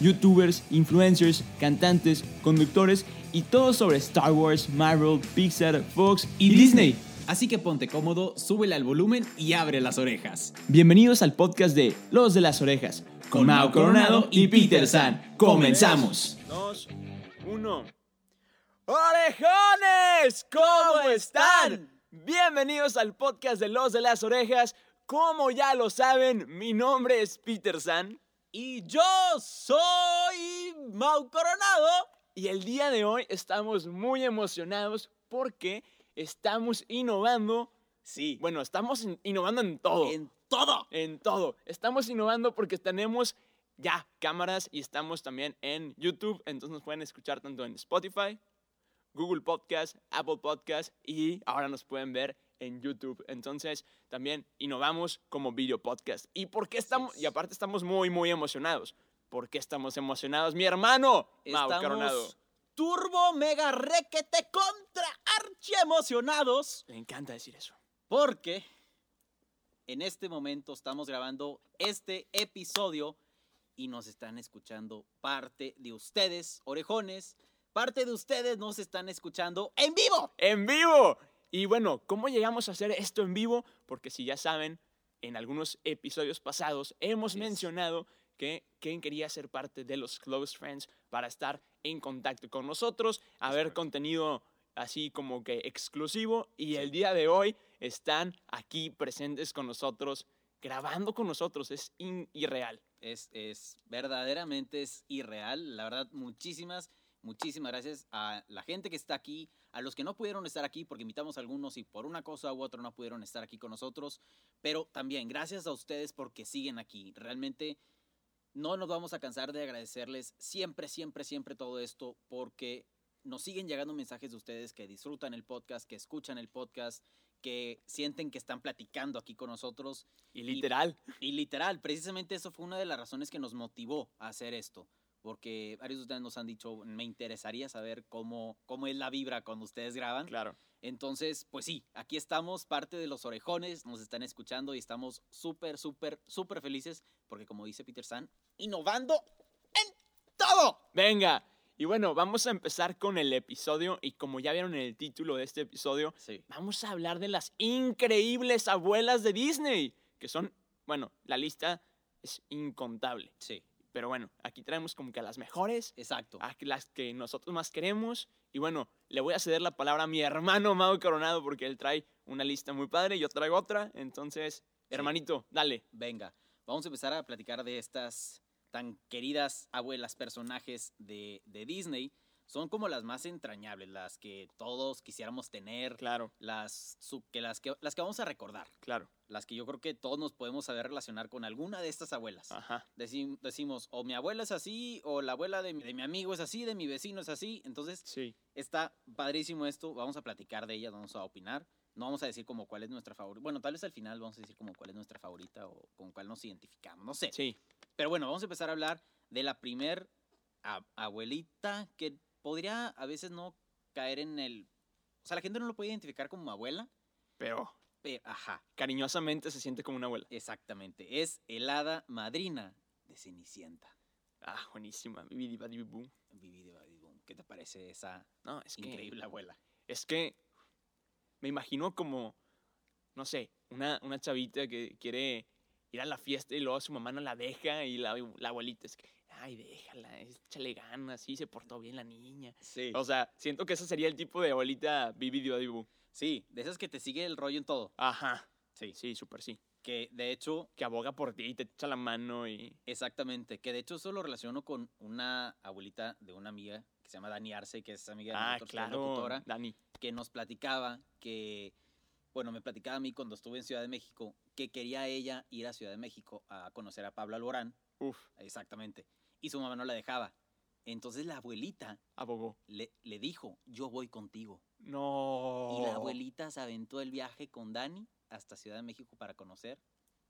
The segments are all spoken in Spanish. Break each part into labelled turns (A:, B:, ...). A: youtubers, influencers, cantantes, conductores y todo sobre Star Wars, Marvel, Pixar, Fox y, Disney.
B: Así que ponte cómodo, súbele al volumen y abre las orejas.
A: Bienvenidos al podcast de Los de las Orejas con Mao Coronado y Peter San. Comenzamos.
C: dos, uno. ¡Orejones! ¿Cómo están?
A: Bienvenidos al podcast de Los de las Orejas. Como ya lo saben, mi nombre es Peter San.
C: Y yo soy Mau Coronado.
A: Y el día de hoy estamos muy emocionados porque estamos innovando.
C: Sí,
A: Bueno, estamos in- innovando en todo.
C: en todo.
A: En todo. Estamos innovando porque tenemos ya cámaras y estamos también en YouTube. Entonces nos pueden escuchar tanto en Spotify, Google Podcast, Apple Podcast y ahora nos pueden ver en YouTube. Entonces también innovamos como video podcast. ¿Y por qué estamos? Y aparte estamos muy, muy emocionados. ¿Por qué estamos emocionados? Mi hermano, Mau
C: Estamos
A: Coronado.
C: turbo mega requete contra archi emocionados
A: Me encanta decir eso.
C: porque en este momento estamos grabando este episodio y nos están escuchando parte de ustedes, orejones. Parte de ustedes nos están escuchando en vivo.
A: ¡En vivo! Y bueno, ¿cómo llegamos a hacer esto en vivo? Porque si ya saben, en algunos episodios pasados hemos
C: Así es.
A: mencionado que Ken quería ser parte de los Close Friends para estar en contacto con nosotros, a ver contenido así como que exclusivo. Y el día de hoy están aquí presentes con nosotros, grabando con nosotros. Es in- irreal.
C: Es, es verdaderamente es irreal. La verdad, muchísimas, muchísimas gracias a la gente que está aquí, a los que no pudieron estar aquí, porque invitamos a algunos y por una cosa u otra no pudieron estar aquí con nosotros. Pero también gracias a ustedes porque siguen aquí. Realmente no nos vamos a cansar de agradecerles siempre, siempre, siempre todo esto porque nos siguen llegando mensajes de ustedes que disfrutan el podcast, que escuchan el podcast, que sienten que están platicando aquí con nosotros.
A: Y literal.
C: Y literal, precisamente eso fue una de las razones que nos motivó a hacer esto. Porque varios de ustedes nos han dicho, me interesaría saber cómo, cómo es la vibra cuando ustedes graban.
A: Claro.
C: Entonces, pues sí, aquí estamos, parte de los orejones, nos están escuchando y estamos súper, súper, súper felices. Porque como dice Peter San, innovando en todo.
A: Venga. Y bueno, vamos a empezar con el episodio y como ya vieron en el título de este episodio,
C: Sí.
A: vamos a hablar de las increíbles abuelas de Disney, que son, bueno, la lista es incontable.
C: Sí,
A: Pero bueno, aquí traemos como que a las mejores,
C: exacto.
A: a las que nosotros más queremos. Y bueno, le voy a ceder la palabra a mi hermano Mau Coronado porque él trae una lista muy padre, yo traigo otra. Entonces, hermanito, dale.
C: Venga, vamos a empezar a platicar de estas tan queridas abuelas personajes de, de Disney. Son como las más entrañables, las que todos quisiéramos tener,
A: Claro,
C: las, su- que, las, que, las que vamos a recordar,
A: claro.
C: las que yo creo que todos nos podemos saber relacionar con alguna de estas abuelas.
A: Ajá.
C: Decim- decimos, o mi abuela es así, o la abuela de mi, de mi amigo es así, de mi vecino es así. Entonces,
A: Sí.
C: está padrísimo esto, vamos a platicar de ellas, vamos a opinar. No vamos a decir como cuál es nuestra favorita. Bueno, tal vez al final vamos a decir como cuál es nuestra favorita o con cuál nos identificamos. No sé.
A: Sí.
C: Pero bueno, vamos a empezar a hablar de la primer ab- abuelita que podría a veces no caer en el... O sea, la gente no lo puede identificar como abuela,
A: Pero
C: pero... Ajá,
A: cariñosamente se siente como una abuela.
C: exactamente. Es el hada madrina de Cenicienta.
A: Ah, buenísima. Bidibadibibú.
C: Bibidibadibum. ¿Qué te parece esa
A: No, es que-
C: increíble abuela?
A: Es que me imagino como, no sé, una, una chavita que quiere ir a la fiesta y luego su mamá no la deja y la, la abuelita es que, ay, déjala, échale ganas, sí, se portó bien la niña.
C: Sí.
A: O sea, siento que ese sería el tipo de abuelita Bibidibu.
C: Sí, de esas que te sigue el rollo en todo.
A: Ajá,
C: Sí.
A: sí, súper sí.
C: Que de hecho
A: Que aboga por ti y te echa la mano y...
C: Exactamente, que de hecho eso lo relaciono con una abuelita de una amiga que se llama Dani Arce, que es amiga de
A: Ah,
C: nosotros, que es
A: claro,
C: locutora,
A: Dani.
C: que nos platicaba que, bueno, me platicaba a mí cuando estuve en Ciudad de México, que quería ella ir a Ciudad de México a conocer a Pablo Alborán,
A: Uf,
C: exactamente, y su mamá no la dejaba. Entonces la abuelita
A: Abogó.
C: le, le dijo, yo voy contigo.
A: No.
C: Y la abuelita se aventó el viaje con Dani hasta Ciudad de México para conocer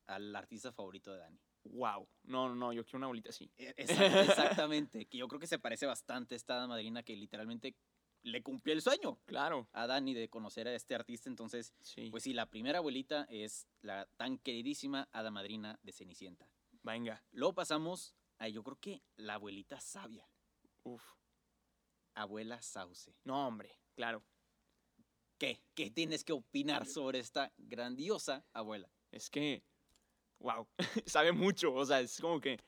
C: al artista favorito de Dani.
A: Wow. No, no, no, yo quiero una abuelita así.
C: E- exact- exactamente, que yo creo que se parece bastante a esta hada madrina que literalmente le cumplió el sueño
A: Claro.
C: a Dani de conocer a este artista. Entonces,
A: Sí.
C: pues sí, la primera abuelita es la tan queridísima hada madrina de Cenicienta.
A: venga.
C: Luego pasamos a yo creo que la abuelita sabia,
A: Uf.
C: abuela sauce.
A: No, hombre. Claro.
C: ¿Qué? ¿Qué tienes que opinar sobre esta grandiosa abuela?
A: Es que. Wow. Sabe mucho. O sea, es como que.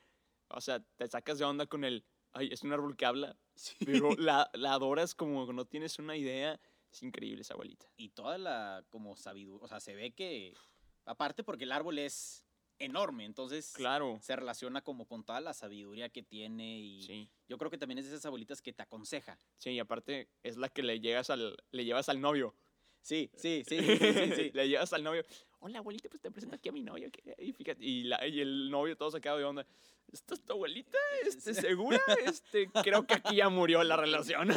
A: O sea, te sacas de onda con el. Ay, es un árbol que habla. Pero la, la adoras como no tienes una idea. Es increíble esa abuelita.
C: y toda la como sabiduría, o sea, se ve que aparte porque el árbol es enorme, entonces
A: Claro.
C: se relaciona como con toda la sabiduría que tiene y
A: Sí.
C: yo creo que también es de esas abuelitas que te aconseja.
A: Sí, y aparte es la que le llegas al. Le llevas al novio.
C: Sí, sí, sí, sí, sí, sí.
A: Le llevas al novio. Hola, abuelita, pues te presento aquí a mi novio. que- Y fíjate, y, la- y el novio todo sacado de onda. ¿Esta es tu abuelita? Este,
C: Sí.
A: ¿Segura? Este, creo que aquí ya murió la relación.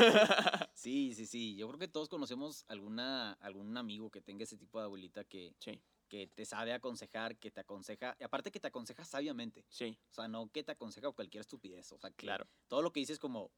C: Sí, sí, sí. Yo creo que todos conocemos alguna algún amigo que tenga ese tipo de abuelita que
A: Sí.
C: que te sabe aconsejar, que te aconseja, y aparte que te aconseja sabiamente,
A: Sí,
C: o sea, no que te aconseja cualquier estupidez, o sea, que
A: claro.
C: todo lo que dices como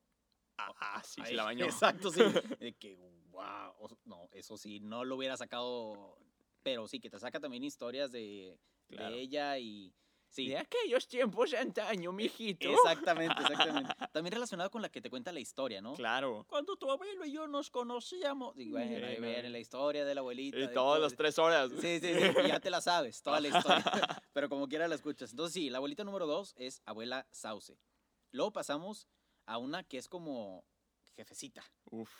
A: Ah, sí, se
C: Ay,
A: la bañó.
C: Exacto, sí. De que, wow, no, eso sí, no lo hubiera sacado. Pero sí, que te saca también historias de, de
A: Claro. E,
C: ella y. Sí,
A: De aquellos tiempos de antaño, mijito.
C: exactamente, exactamente. También relacionado con la que te cuenta la historia, ¿no? Mm,
A: Claro.
C: Cuando tu abuelo y yo nos conocíamos. Y bueno, ahí
A: Mira.
C: viene la historia de la abuelita.
A: Y
C: de
A: todas
C: todo.
A: las Eh, tres horas.
C: Sí, sí, sí, y ya te la sabes, toda la historia. Pero como quiera la escuchas. Entonces, sí, la abuelita número dos es abuela Sauce. Luego pasamos a una que es como jefecita.
A: Uf.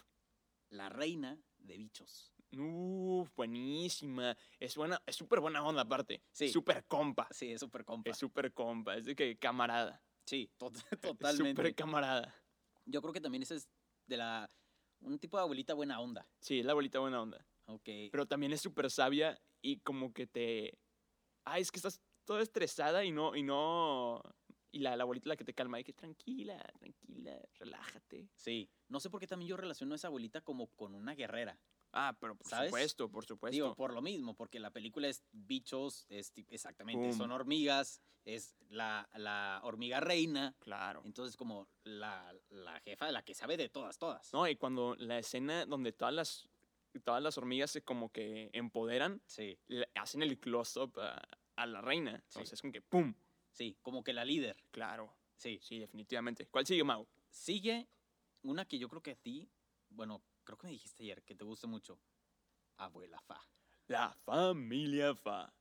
C: La reina de bichos.
A: Uf, buenísima. Es buena, es súper buena onda aparte.
C: Sí.
A: Súper compa.
C: Sí, es súper compa.
A: Es súper compa. Es de que camarada.
C: Sí, tot-
A: Es Súper
C: totalmente.
A: camarada.
C: Yo creo que también esa es de la. Un tipo de abuelita buena onda.
A: Sí, es la abuelita buena onda.
C: Aunque.
A: Pero también es súper sabia y como que te... Ay, es que estás toda estresada y no... Y no... Y la, la abuelita es la que te calma y que tranquila, tranquila, relájate.
C: Sí. No sé por qué también yo relaciono a esa abuelita como con una guerrera.
A: Ah, pero por
C: ¿Sabes?
A: supuesto, por supuesto.
C: Digo, por lo mismo, porque la película es bichos, es ti- exactamente,
A: Boom.
C: son hormigas, es la, la hormiga reina.
A: Claro.
C: Entonces, como la, la jefa, la que sabe de todas, todas.
A: No, y cuando la escena donde todas las, todas las hormigas se como que empoderan,
C: Sí,
A: le hacen el close-up a, a la reina.
C: Sí.
A: Entonces es como que ¡pum!
C: sí, como que la líder.
A: Claro.
C: Sí.
A: Sí, definitivamente. ¿Cuál sigue, Mau?
C: Sigue una que yo creo que a ti, bueno, creo que me dijiste ayer que te gusta mucho. Abuela Fa.
A: La familia Fa.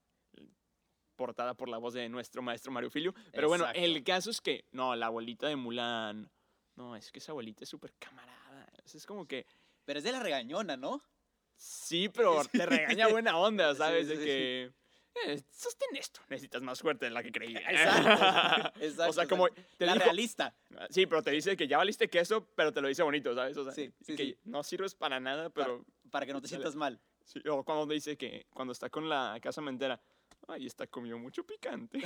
A: Portada por la voz de nuestro maestro Mario Filio. Pero bueno,
C: Exacto.
A: el caso es que. No, la abuelita de Mulan. No, es que esa abuelita es súper camarada. O sea, Es como que.
C: Pero es de la regañona, ¿no?
A: Sí, pero te regaña buena onda,
C: Sí,
A: ¿sabes?
C: sí,
A: de
C: sí.
A: que. "Eh, sostén esto. Necesitas más suerte de la que creía.
C: Exacto,
A: o sea,
C: exacto,
A: como. Te
C: la
A: dijo-
C: realista.
A: sí, pero te dice que ya valiste queso, pero te lo dice bonito, ¿sabes? O sea,
C: Sí, sí,
A: que
C: sí.
A: no sirves para nada,
C: Para-
A: pero
C: Para que no te
A: Dale.
C: sientas mal.
A: Sí, o cuando dice que cuando está con la casa mentera, ay, está comió mucho picante.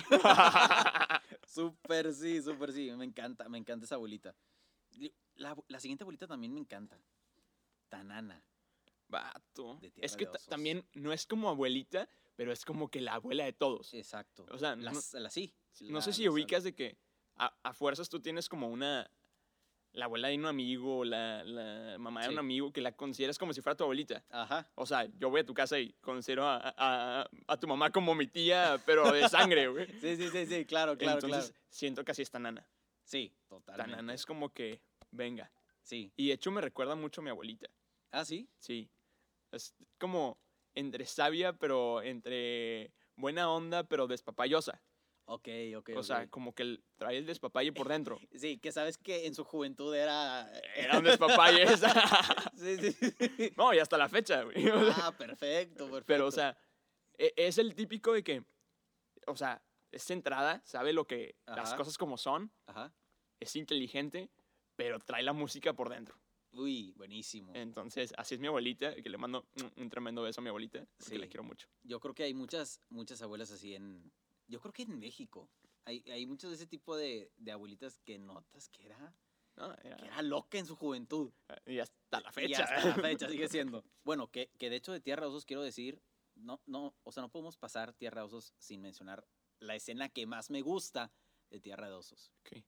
C: Súper sí, súper sí. Me encanta, me encanta esa abuelita. Li- La, abu- la siguiente abuelita también me encanta. Tanana.
A: Vato.
C: De tierra
A: Es que
C: de
A: ta-
C: osos.
A: también no es como abuelita, pero es como que la abuela de todos.
C: Exacto.
A: O sea,
C: la,
A: no-
C: s- la sí.
A: No sé
C: la-
A: si
C: la-
A: ubicas de que a, a fuerzas tú tienes como una... La abuela de un amigo, o la, la mamá de
C: Sí.
A: un amigo, que la consideras como si fuera tu abuelita.
C: Ajá.
A: O sea, yo voy a tu casa y considero a, a- a tu mamá como mi tía, pero de sangre, güey.
C: Sí, sí, sí, sí, claro, claro,
A: Entonces
C: claro.
A: siento que así está Nana.
C: Sí, totalmente.
A: Tanana es como que, venga,
C: Sí.
A: Y de hecho me recuerda mucho a mi abuelita.
C: Ah, sí.
A: Sí. Es como entre sabia, pero entre buena onda, pero despapayosa.
C: Ok, ok.
A: o sea,
C: ok.
A: como que el- trae el despapalle por dentro.
C: Sí, que sabes que en su juventud era.
A: Era un despapalle. esa.
C: Sí, sí, sí.
A: no, y hasta la fecha, güey. O sea,
C: Ah, perfecto, perfecto.
A: pero, o sea, e- es el típico de que, o sea, es centrada, sabe lo que, las
C: Ajá.
A: cosas como son,
C: Ajá.
A: es inteligente, pero trae la música por dentro.
C: Uy, buenísimo.
A: Entonces, así es mi abuelita, que le mando un tremendo beso a mi abuelita, porque la
C: Sí.
A: quiero mucho.
C: Yo creo que hay muchas, muchas abuelas así en. Yo creo que en México. Hay, hay muchos de ese tipo de, de abuelitas que notas que era,
A: No, era-
C: que era loca en su juventud.
A: y hasta la fecha.
C: Y hasta la fecha sigue siendo. Bueno, que, que de hecho de Tierra de Osos quiero decir, no, no, o sea, no podemos pasar Tierra de Osos sin mencionar la escena que más me gusta de Tierra de Osos.
A: ¿Qué?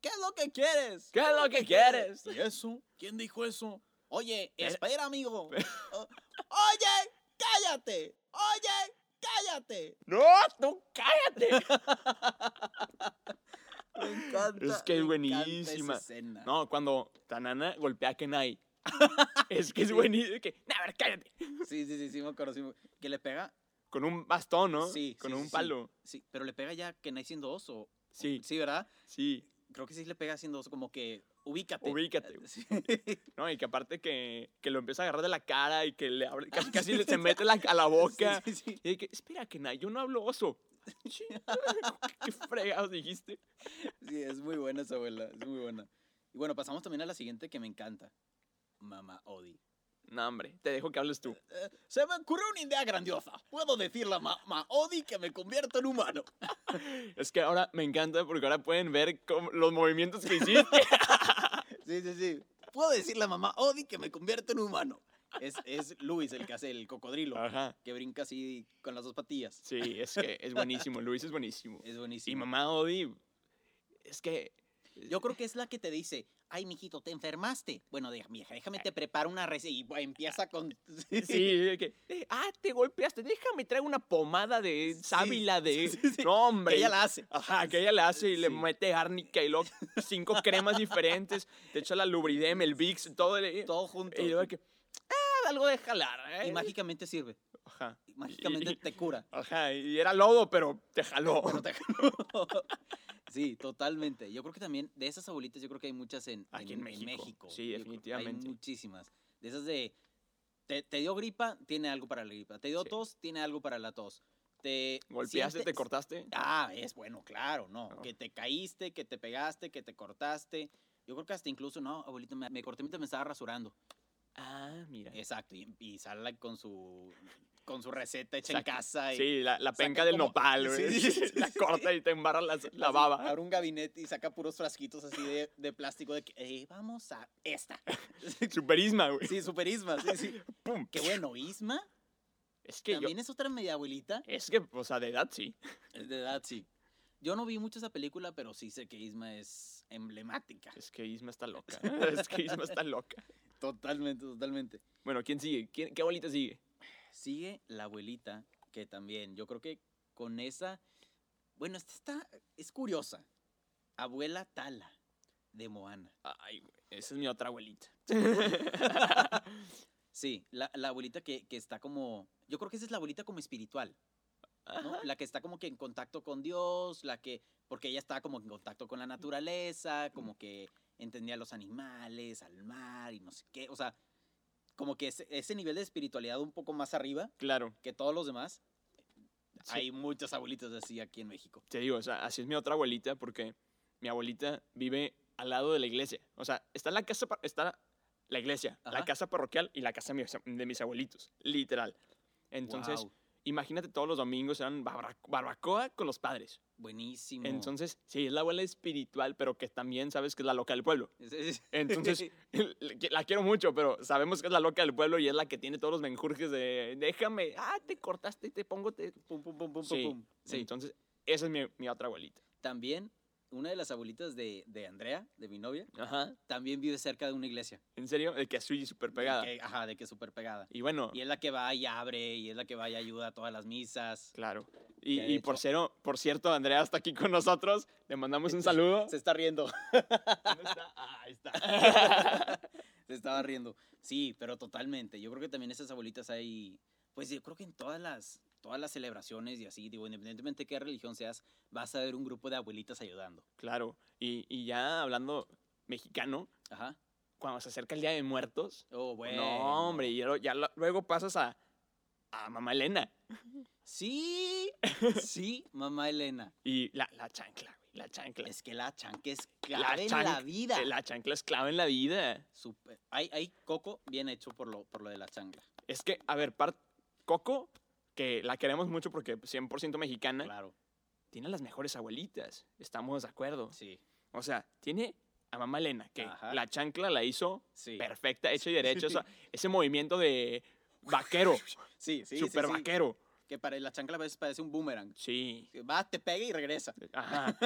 C: ¿Qué es lo que quieres?
A: ¿Qué es lo que quieres? Eh.
C: ¿Y eso? ¿Quién dijo eso? Oye,
A: Pero-
C: espera, amigo.
A: Pero-
C: O- Oye, cállate. Oye, cállate.
A: ¡No! ¡Tú cállate!
C: Me encanta.
A: Es que es
C: me encanta esa
A: buenísima.
C: escena.
A: No, cuando Tanana golpea a Kenai. es que es buenísimo. Que, "Nah, a ver, cállate.
C: Sí, sí, sí, sí, me acuerdo. sí me- Que le pega,
A: Con un bastón, ¿no?
C: Sí,
A: Con
C: sí, sí,
A: un
C: sí.
A: palo.
C: sí, pero le pega ya que no hay siendo oso.
A: Sí,
C: Sí, ¿verdad?
A: sí.
C: creo que sí le pega haciendo eso, como que ubícate.
A: Ubícate.
C: Sí.
A: No, y que aparte que, que lo empieza a agarrar de la cara y que le abre, casi,
C: Ah,
A: casi
C: sí.
A: le- se mete la- a la boca.
C: Sí, sí, sí.
A: Y de que, espera, Kenai, yo no hablo oso. Sí, ¿Qué fregados dijiste?
C: Sí, es muy buena esa abuela, es muy buena. Y bueno, pasamos también a la siguiente que me encanta. Mamá Odi.
A: No, hombre, te dejo que hables tú.
C: Eh, se me ocurrió una idea grandiosa. Puedo decirle a Mamá Odi que me convierto en humano.
A: Es que ahora me encanta porque ahora pueden ver cómo- los movimientos que hiciste.
C: Sí, sí, sí. Puedo decirle a Mamá Odi que me convierto en humano. Es, es Luis el que hace el cocodrilo,
A: Ajá.
C: que brinca así con las dos patillas.
A: Sí, es que es buenísimo. Luis es buenísimo.
C: Es
A: Y
C: buenísimo.
A: mamá Odi, es que
C: Yo creo que es la que te dice, ay, mijito, te enfermaste. Bueno, deja- mija, déjame te preparo una receta. Y bueno, empieza con... Sí,
A: Sí, de que, eh, ah, te golpeaste, déjame traer una pomada de
C: Sí,
A: sábila de...
C: sí, sí.
A: No, hombre.
C: que ella la hace.
A: Ajá, que ella le hace y le
C: Sí.
A: mete árnica y luego cinco cremas diferentes, te echa la lubridem, el Vicks, todo. el-
C: Todo junto.
A: y luego de que, ah, algo de jalar, ¿eh?".
C: Y mágicamente sirve.
A: Ajá.
C: Y Mágicamente
A: Y-
C: te cura.
A: Ajá, y era lodo, pero te jaló.
C: Pero te juro. Sí, totalmente. Yo creo que también de esas abuelitas, yo creo que hay muchas en,
A: Aquí en México. Sí,
C: Yo creo que
A: definitivamente.
C: Hay muchísimas. De esas de, te, te dio gripa, tiene algo para la gripa. Te dio
A: Sí.
C: tos, tiene algo para la tos. Te
A: Golpeaste, te
C: sientes-
A: cortaste. Ah.
C: Ah, es bueno, claro, no.
A: No.
C: Que te caíste, que te pegaste, que te cortaste. Yo creo que hasta incluso, no, abuelito, me, me corté mientras me estaba rasurando.
A: Ah, mira.
C: Exacto, y, y sale con su, con su receta hecha
A: Exacto.
C: en casa. Y
A: Sí, la, la
C: saca
A: penca del
C: como-
A: nopal,
C: Sí,
A: güey.
C: sí, sí,
A: la
C: sí.
A: corta y te embarra la, la
C: así,
A: baba.
C: Abre un gabinete y saca puros frasquitos así de, de plástico de que, "Eh, vamos a esta.
A: Superisma, güey.
C: sí, super Isma, sí, sí.
A: Pum.
C: Qué bueno, Isma
A: Es que yo...
C: también es otra media abuelita.
A: Es que, o sea, de edad sí.
C: Es de edad, sí. Yo no vi mucho esa película, pero sí sé que Isma es emblemática.
A: Es que Isma está loca. Es que Isma está loca.
C: Totalmente, totalmente.
A: Bueno, ¿quién sigue? ¿Quién- ¿Qué abuelita sigue?
C: Sigue la abuelita, que también, yo creo que con esa. Bueno, esta está. Es curiosa. Abuela Tala, de Moana.
A: Ay, güey, esa es mi otra abuelita.
C: Sí, la, la abuelita que, que está como. Yo creo que esa es la abuelita como espiritual, ¿no?
A: Ajá.
C: La que está como que en contacto con Dios, la que. Porque ella está como en contacto con la naturaleza, como que entendía a los animales, al mar y no sé qué. O sea, como que ese, ese nivel de espiritualidad un poco más arriba
A: Claro,
C: que todos los demás.
A: Sí.
C: Hay muchas abuelitas así aquí en México.
A: te digo, o sea, así es mi otra abuelita porque mi abuelita vive al lado de la iglesia. O sea, está la casa, par- está la iglesia, la
C: Ajá.
A: casa parroquial y la casa de mis, de mis abuelitos, literal. Entonces,
C: Guau,
A: imagínate todos los domingos eran barba- barbacoa con los padres.
C: buenísimo.
A: Entonces, sí, es la abuela espiritual, pero que también sabes que es la loca del pueblo.
C: Es- es-
A: Entonces, la qui- la quiero mucho, pero sabemos que es la loca del pueblo y es la que tiene todos los menjurjes de déjame, ah, te cortaste y te pongo. Te...
C: pum, pum, pum, pum,
A: Sí,
C: pum, pum. Sí.
A: Entonces, esa es mi, mi otra abuelita.
C: También, una de las abuelitas de, de Andrea, de mi novia,
A: Ajá.
C: también vive cerca de una iglesia.
A: En serio, de que es suya y súper pegada.
C: De que- ajá, de que es súper pegada.
A: Y bueno,
C: Y es la que va y abre, y es la que va y ayuda a todas las misas.
A: claro. Y,
C: Que de
A: y por, cero, por cierto, Andrea está aquí con nosotros. Le mandamos un saludo.
C: Se está riendo.
A: ¿Dónde está? Ah, ahí está.
C: Se estaba riendo. Sí, pero totalmente. Yo creo que también esas abuelitas hay. Pues yo creo que en todas las, todas las celebraciones y así, digo, independientemente de qué religión seas, vas a ver un grupo de abuelitas ayudando.
A: Claro. Y, y ya hablando mexicano,
C: Ajá.
A: cuando se acerca el Día de Muertos.
C: Oh, bueno.
A: No, hombre, y ya, lo- ya lo- luego pasas a, a Mamá Elena.
C: Sí, sí, mamá Elena.
A: Y la, la chancla, güey, la chancla.
C: Es que la chanque es clave en
A: chan-
C: la vida.
A: Eh, La chancla es clave en la vida.
C: Súper- Hay, hay coco bien hecho por lo, por lo de la chancla.
A: Es
C: ¿Eh?
A: que, a ver, par- Coco, que la queremos mucho porque 100% mexicana,
C: Claro.
A: tiene a las mejores abuelitas. Estamos de acuerdo.
C: Sí,
A: O sea, tiene a mamá Elena, que
C: Ajá.
A: la chancla la hizo
C: sí.
A: perfecta, hecho y derecho. o sea, ese movimiento de vaquero,
C: Sí, sí, sí,
A: super
C: sí.
A: vaquero.
C: Que para la chancla a veces parece un boomerang.
A: Sí,
C: Que Va, te pega y regresa.
A: ajá.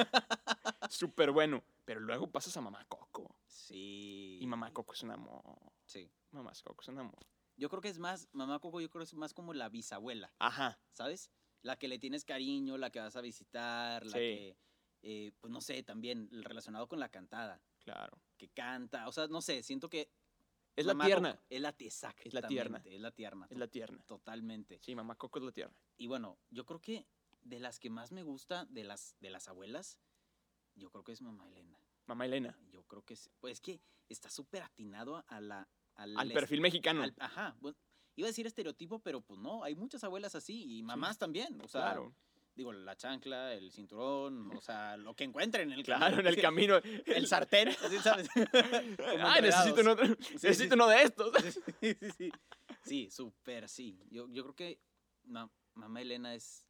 A: Súper bueno. Pero luego pasas a mamá Coco.
C: Sí.
A: Y mamá Coco es un amor.
C: Sí.
A: Mamá Coco es un amor.
C: Yo creo que es más, mamá Coco, yo creo que es más como la bisabuela,
A: Ajá.
C: ¿sabes? La que le tienes cariño, la que vas a visitar, la
A: Sí.
C: que, eh, pues no sé, también relacionado con la cantada,
A: Claro.
C: que canta, o sea, no sé, siento que...
A: Es la
C: mamá
A: tierna.
C: Coco- es la tierna.
A: Es la tierna.
C: Es la tierna.
A: Es la tierna.
C: Totalmente.
A: Sí, mamá Coco es la tierna.
C: Y bueno, yo creo que de las que más me gusta, de las, de las abuelas, yo creo que es mamá Elena.
A: Mamá Elena.
C: Yo creo que sí. Pues es que está súper atinado a la... Al,
A: Al
C: est-
A: perfil mexicano.
C: al- ajá. bueno, iba a decir estereotipo, pero pues no, hay muchas abuelas así y mamás también. O sea,
A: claro.
C: digo, la chancla, el cinturón, o sea, lo que encuentren en el
A: Claro, en el
C: camino.
A: camino.
C: El sartén, ¿sí ¿sabes?
A: Ay, necesito uno, necesito
C: sí.
A: uno de estos.
C: Sí, sí, sí. Sí, súper, sí. Yo, yo creo que ma- mamá Elena es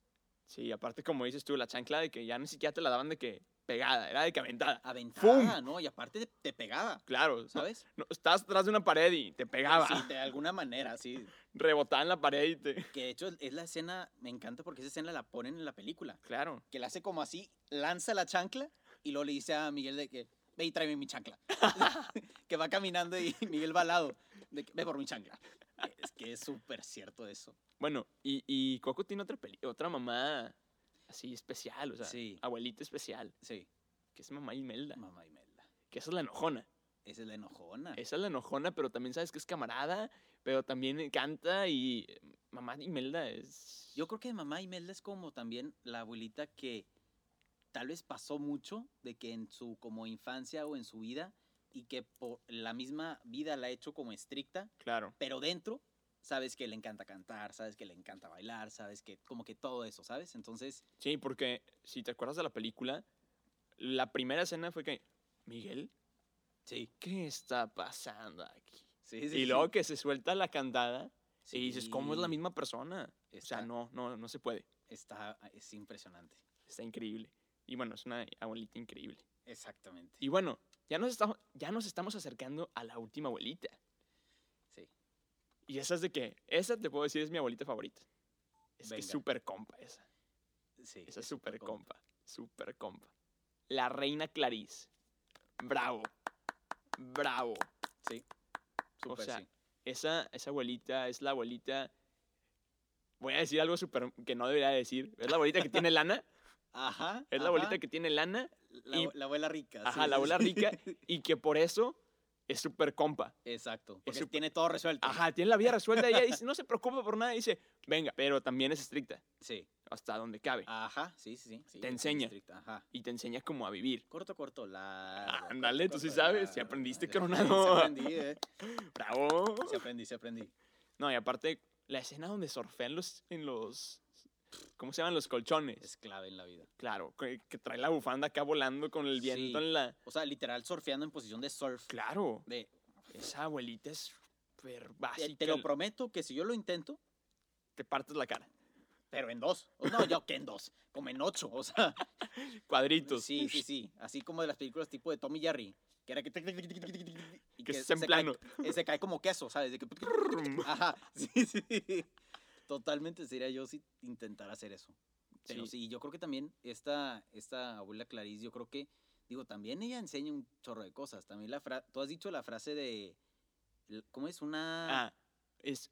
A: Sí, aparte, como dices tú, la chancla de que ya ni siquiera te la daban de que pegada, era de que aventada.
C: aventada, ¿no? Y aparte te, te pegaba,
A: Claro, ¿sabes?
C: ¿sabes?
A: estás atrás de una pared y te pegaba.
C: Sí, de alguna manera, sí.
A: Rebotaba en la pared y te.
C: Que de hecho es la escena, me encanta porque esa escena la ponen en la película.
A: Claro.
C: que la hace como así, lanza la chancla y luego le dice a Miguel de que ve y tráeme mi chancla. que va caminando y Miguel va al lado, de que, ve por mi chancla. Es que es súper cierto eso.
A: Bueno, y, y Coco tiene otra, peli- otra mamá así especial, o sea,
C: Sí.
A: abuelita especial,
C: Sí,
A: que es mamá Imelda,
C: mamá Imelda.
A: que esa es la enojona.
C: Esa es la enojona.
A: Esa es la enojona, pero también sabes que es camarada, pero también canta y eh, mamá Imelda es.
C: Yo creo que mamá Imelda es como también la abuelita que tal vez pasó mucho de que en su como infancia o en su vida y que por la misma vida la ha hecho como estricta
A: Claro.
C: pero dentro sabes que le encanta cantar, sabes que le encanta bailar, sabes que como que todo eso, ¿sabes? Entonces,
A: Sí, porque si te acuerdas de la película, la primera escena fue que. Miguel,
C: sí,
A: ¿qué está pasando aquí?
C: sí,
A: Y luego que se suelta la cantada y dices, ¿cómo es la
C: Sí,
A: misma persona?
C: Está,
A: O sea, no, no, no se puede.
C: está es impresionante.
A: Está increíble. Y bueno, es una abuelita increíble.
C: Exactamente.
A: Y bueno, ya nos estamos, ya nos estamos acercando a la última abuelita.
C: Sí.
A: Y esa es de que, esa te puedo decir es mi abuelita favorita. Es que es
C: Venga.
A: súper compa esa.
C: Sí.
A: Esa es súper compa. Súper compa. La reina Clarice. Bravo. Bravo.
C: Sí.
A: O
C: súper
A: sea,
C: sí.
A: esa, esa abuelita es la abuelita. Voy a decir algo súper que no debería decir. Es la abuelita que tiene lana.
C: Ajá.
A: Es la abuelita que tiene lana
C: la,
A: y-
C: la abuela rica. sí,
A: Ajá,
C: sí,
A: la abuela
C: sí.
A: rica y que por eso es súper compa.
C: Exacto, porque
A: súper-
C: tiene todo resuelto.
A: Ajá, tiene la vida resuelta y ella dice, no se preocupa por nada, dice, venga, pero también es estricta,
C: Sí.
A: hasta donde cabe.
C: Ajá, sí, sí, sí. sí, es
A: enseña.
C: estricta, Ajá.
A: Y te enseña cómo a vivir.
C: Corto, corto, la.
A: Ándale, tú sí sabes, sí aprendiste,
C: Sí,
A: Coronado.
C: aprendí, eh.
A: ¡Bravo!
C: Sí aprendí, sí aprendí.
A: No, y aparte, la escena donde surfean los, en los, ¿cómo se llaman? Los colchones.
C: Es clave en la vida.
A: Claro, que, que trae la bufanda acá volando con el viento
C: Sí.
A: en la...
C: O sea, literal surfeando en posición de surf.
A: Claro,
C: De,
A: esa abuelita es súper
C: te-
A: básica.
C: te lo prometo que si yo lo intento,
A: te partes la cara.
C: pero en dos. O no, yo que en dos, como en ocho. O sea,
A: Cuadritos.
C: sí, sí, sí. Así como de las películas tipo de Tommy Jerry, que era que. tic, tic, tic, tic, tic, tic, tic, y
A: Que es en
C: se
A: plano.
C: Cae, eh, se cae como queso, ¿sabes? De que- Ajá, sí, sí. Totalmente sería yo si intentara hacer eso. Pero
A: Sí.
C: sí, yo creo que también esta, esta abuela Clarice, yo creo que, digo, también ella enseña un chorro de cosas. También la frase, tú has dicho la frase de, l- ¿cómo es? Una...
A: Ah, es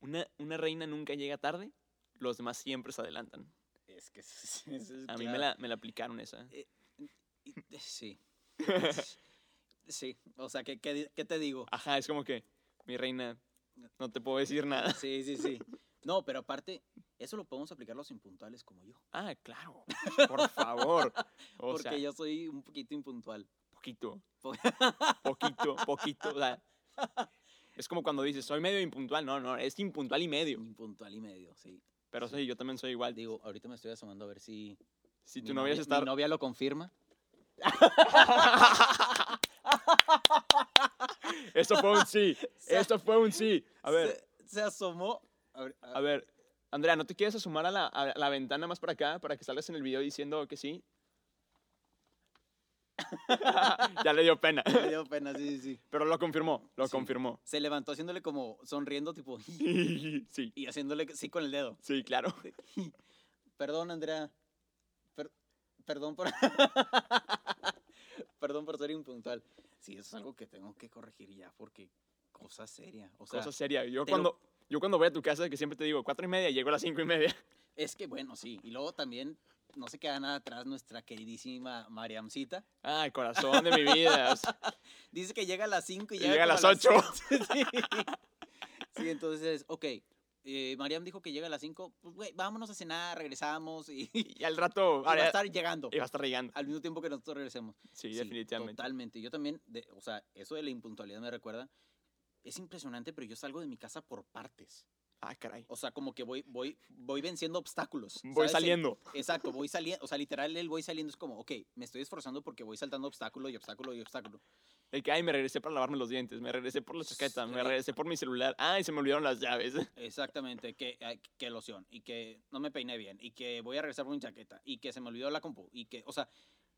A: una, una reina nunca llega tarde, los demás siempre se adelantan.
C: Es que es- es- es
A: A mí me
C: clave.
A: la, me la aplicaron esa.
C: Y- eh, Sí. sí, o sea, ¿qué, qué, di- qué te digo?
A: Ajá, es como que, mi reina, no te puedo decir nada.
C: Sí, sí, sí. No, pero aparte, eso lo podemos aplicar los impuntuales como yo.
A: Ah, claro, por favor. O
C: porque
A: sea,
C: yo soy un poquito impuntual.
A: poquito,
C: Po-
A: poquito, poquito. O sea, es como cuando dices, soy medio impuntual. No, no, es impuntual y medio.
C: Impuntual y medio, sí.
A: Pero sí, yo también soy igual.
C: Digo, ahorita me estoy asomando a ver si...
A: si
C: mi
A: tu novia se
C: mi
A: está...
C: novia lo confirma.
A: Esto fue un sí,
C: Se-
A: esto fue un sí. A ver,
C: Se, se asomó. A ver, a-
A: a ver, Andrea, ¿no te quieres asomar a la, a la ventana más para acá para que salgas en el video diciendo que sí? ya le dio pena,
C: Me dio pena, sí, sí, sí.
A: pero lo confirmó, lo
C: Sí.
A: confirmó.
C: Se levantó haciéndole como sonriendo, tipo,
A: sí,
C: y haciéndole sí con el dedo.
A: sí, claro.
C: Perdón, Andrea. Per- perdón por. perdón por ser impuntual. Sí, eso es algo que tengo que corregir ya, porque cosa seria. O sea,
A: Cosa seria. Yo
C: te lo-
A: cuando, yo cuando voy a tu casa, que siempre te digo cuatro y media, llego a las cinco y media.
C: es que bueno, sí. Y luego también no se queda nada atrás nuestra queridísima Mariamcita.
A: Ay, Ah, corazón de mi vida.
C: Dice que llega a las 5 y
A: Y
C: llega,
A: llega a
C: como
A: las
C: seis. sí. Sí, entonces, ok. eh, Mariam dijo que llega a las 5. Pues, güey, vámonos a cenar, regresamos y, y
A: Y al rato...
C: va a
A: ahora-
C: estar llegando.
A: Y va a estar regando.
C: Al mismo tiempo que nosotros regresemos.
A: Sí,
C: Sí,
A: definitivamente.
C: Totalmente. Yo también, de- o sea, eso de la impuntualidad me recuerda. Es impresionante, pero yo salgo de mi casa por partes.
A: Ah, caray.
C: O sea, como que voy, voy, voy venciendo obstáculos.
A: Voy
C: ¿sabes? El-
A: saliendo.
C: Exacto, voy saliendo. O sea, literal, el voy saliendo es como, ok, me estoy esforzando porque voy saltando obstáculo y obstáculo y obstáculo.
A: El que, ay, me regresé para lavarme los dientes, me regresé por la chaqueta, me
C: Re-
A: regresé por mi celular. Ay, se me olvidaron las llaves.
C: Exactamente, que, ay, que loción y que no me peiné bien y que voy a regresar por mi chaqueta y que se me olvidó la compu y que, o sea,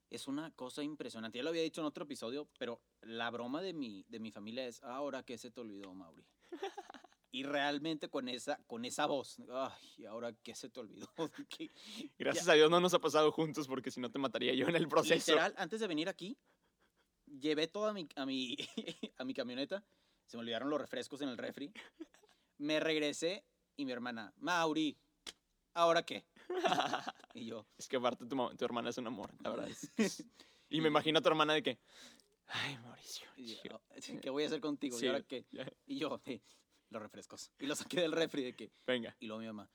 C: es una cosa impresionante. Ya lo había dicho en otro episodio, pero la broma de mi, de mi familia es, ahora que se te olvidó, Mauri. Y realmente con esa, con esa voz, ay, ¿y ahora que se te olvidó. Que-
A: Gracias a Dios no nos ha pasado juntos porque si no te mataría yo en el proceso.
C: Literal, antes de venir aquí, llevé toda mi, a, mi, a mi camioneta. Se me olvidaron los refrescos en el refri. Me regresé y mi hermana, Mauri, ¿ahora qué? Y yo,
A: Es que aparte tu, ma- tu hermana es un amor, la verdad. es- es- Y me imagino a tu hermana de que, ay, Mauricio.
C: y yo, "Oh,
A: chico".
C: ¿qué voy a hacer contigo?
A: Sí,
C: ¿Y ahora qué?
A: ya.
C: Y yo, "Eh, los refrescos. Y los saqué del refri de que.
A: Venga.
C: Y luego mi mamá,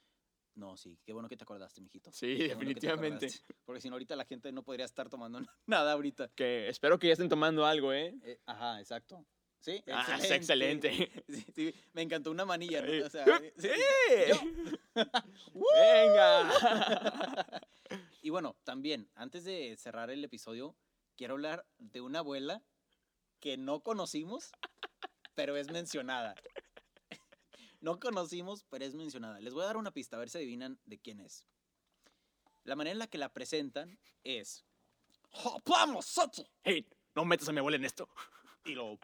C: no, sí, qué bueno que te acordaste, mijito. Qué
A: Sí,
C: bueno que te
A: definitivamente.
C: acordaste, Porque si no, ahorita la gente no podría estar tomando nada ahorita.
A: Que espero que ya estén tomando algo, ¿eh?
C: Eh, ajá, exacto. Sí,
A: Ah, está excelente.
C: Sí, sí, me encantó una manilla,
A: Ahí.
C: ¿no? O sea, sí.
A: ¡Eh! ¡Venga!
C: Y bueno, también, antes de cerrar el episodio, quiero hablar de una abuela que no conocimos, pero es mencionada. No conocimos, pero es mencionada. Les voy a dar una pista, a ver si adivinan de quién es. La manera en la que la presentan es... ¡Vamos, Soto!
A: Hey, no metas a mi abuela en esto.
C: Y lo...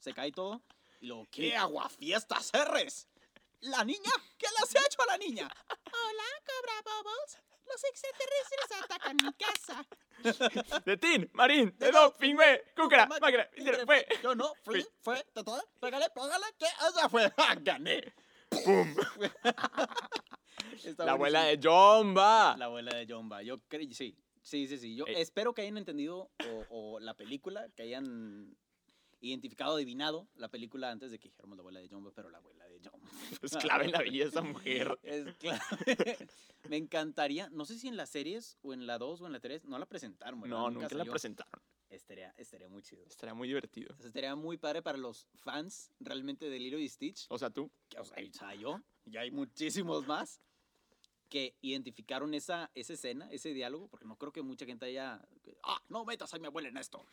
C: Se cae todo. Y lo... ¡Qué aguafiestas eres! ¿La niña? ¿Qué le has hecho a la niña?
D: Hola, Cobra Bubbles. Los extraterrestres atacan mi casa.
A: De Tin, Marín, de Dop, Pingüe, Cúcara,
C: Ma-
A: Máquina,
C: Mira,
A: Fue.
C: Yo no, fui, fue, tatué, pégale, pégale, que esa fue, ¡Ah, gané. ¡Pum!
A: La abuela de Jomba.
C: La abuela de Jomba, yo creo, sí, sí, sí, sí. Yo
A: Eh.
C: espero que hayan entendido o, o la película, que hayan identificado, adivinado la película antes de que dijéramos la abuela de Jomba, pero la abuela de Jomba.
A: Es clave en la vida esa mujer.
C: Es clave. Me encantaría, no sé si en las series o en la 2 o en la 3, no la presentaron. ¿verdad?
A: No, nunca la
C: salió.
A: presentaron.
C: Estaría, estaría muy chido.
A: Estaría muy divertido.
C: O sea, estaría muy padre para los fans realmente de Lilo y Stitch.
A: O sea, tú.
C: que, O sea, y- o sea, yo, y hay muchísimos más que identificaron esa, esa escena, ese diálogo, porque no creo que mucha gente haya. ¡Ah! ¡No metas a mi abuela en esto!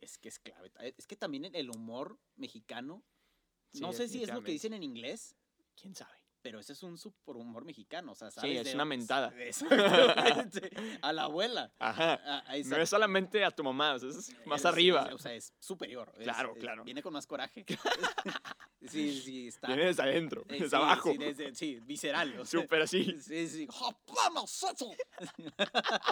C: Es que es clave. ta- Es que también el- el humor mexicano.
A: Sí,
C: no sé si es lo
A: definitivamente.
C: que dicen en inglés,
A: ¿Quién sabe?
C: pero ese es un superhumor mexicano. O sea,
A: Sí,
C: ¿sabes
A: es
C: de
A: una
C: dónde-
A: mentada.
C: Exactamente. A la abuela.
A: Ajá.
C: A- a
A: No
C: esa-
A: es solamente a tu mamá, o sea, es más
C: es-
A: arriba.
C: es- o sea, es superior. es-
A: Claro,
C: es-
A: claro.
C: Viene con más coraje. sí, sí, está.
A: Viene desde adentro,
C: eh,
A: desde
C: sí,
A: abajo.
C: Sí, desde- sí, visceral. o sea,
A: Súper así.
C: Sí, sí. ¡Ja, vamos, Soto!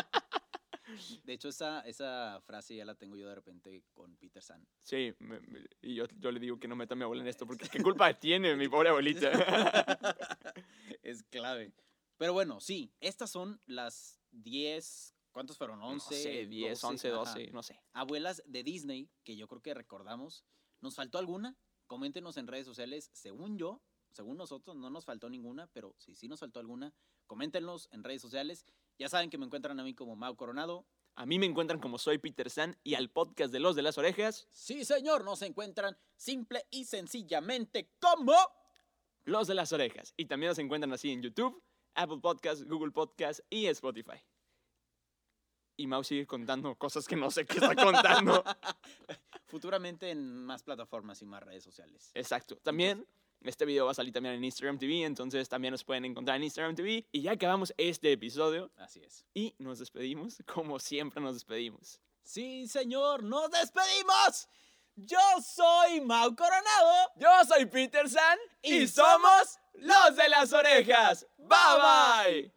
C: De hecho, esa, esa frase ya la tengo yo de repente con Peter San.
A: Sí, me- me- y yo, yo le digo que no meta a mi abuela en esto, porque ¿qué culpa tiene mi pobre abuelita?
C: es clave. Pero bueno, sí, estas son las 10, ¿cuántos fueron? 11,
A: 10, 11, 12, no sé.
C: abuelas de Disney que yo creo que recordamos. ¿Nos faltó alguna? Coméntenos en redes sociales. Según yo, según nosotros, no nos faltó ninguna, pero si sí nos faltó alguna, coméntenos en redes sociales. Ya saben que me encuentran a mí como Mau Coronado.
A: A mí me encuentran como soy Peter San y al podcast de Los de las Orejas,
C: Sí, señor, nos encuentran simple y sencillamente como...
A: Los de las Orejas. Y también nos encuentran así en YouTube, Apple Podcast, Google Podcast y Spotify. Y Mau sigue contando cosas que no sé qué está contando.
C: Futuramente en más plataformas y más redes sociales.
A: Exacto. También Este video va a salir también en Instagram TV, entonces también nos pueden encontrar en Instagram TV. Y ya acabamos este episodio
C: Así es.
A: y nos despedimos como siempre nos despedimos.
C: Sí, señor, nos despedimos. Yo soy Mau Coronado.
A: Yo soy Peter San
C: y
A: y somos los de las orejas. Bye bye.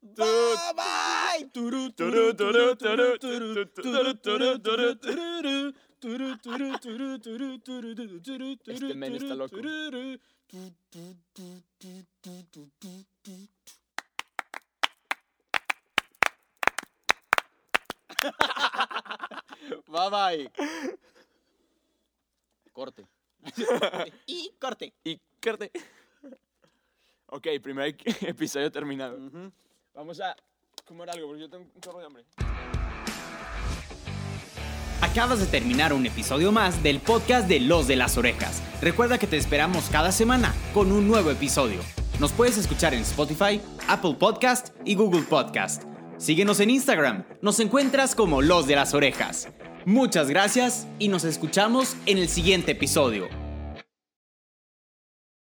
C: Bye bye. Turu, turu, turu, turu, turu, turu, turu, turu, turu, turu, turu, turu, turu, turu, turu, turu,
A: Este men está loco.
C: turu, tu, tu, tu, tu, tu, tu, tu, tu. Bye bye. Corte.
D: Y corte.
A: Y corte. Ok, primer episodio terminado.
C: Ujú.
A: Vamos a comer algo porque yo tengo un chorro de hambre.
B: Acabas de terminar un episodio más del podcast de Los de las Orejas. Recuerda que te esperamos cada semana con un nuevo episodio. Nos puedes escuchar en Spotify, Apple Podcast y Google Podcast. Síguenos en Instagram, nos encuentras como Los de las Orejas. Muchas gracias y nos escuchamos en el siguiente episodio.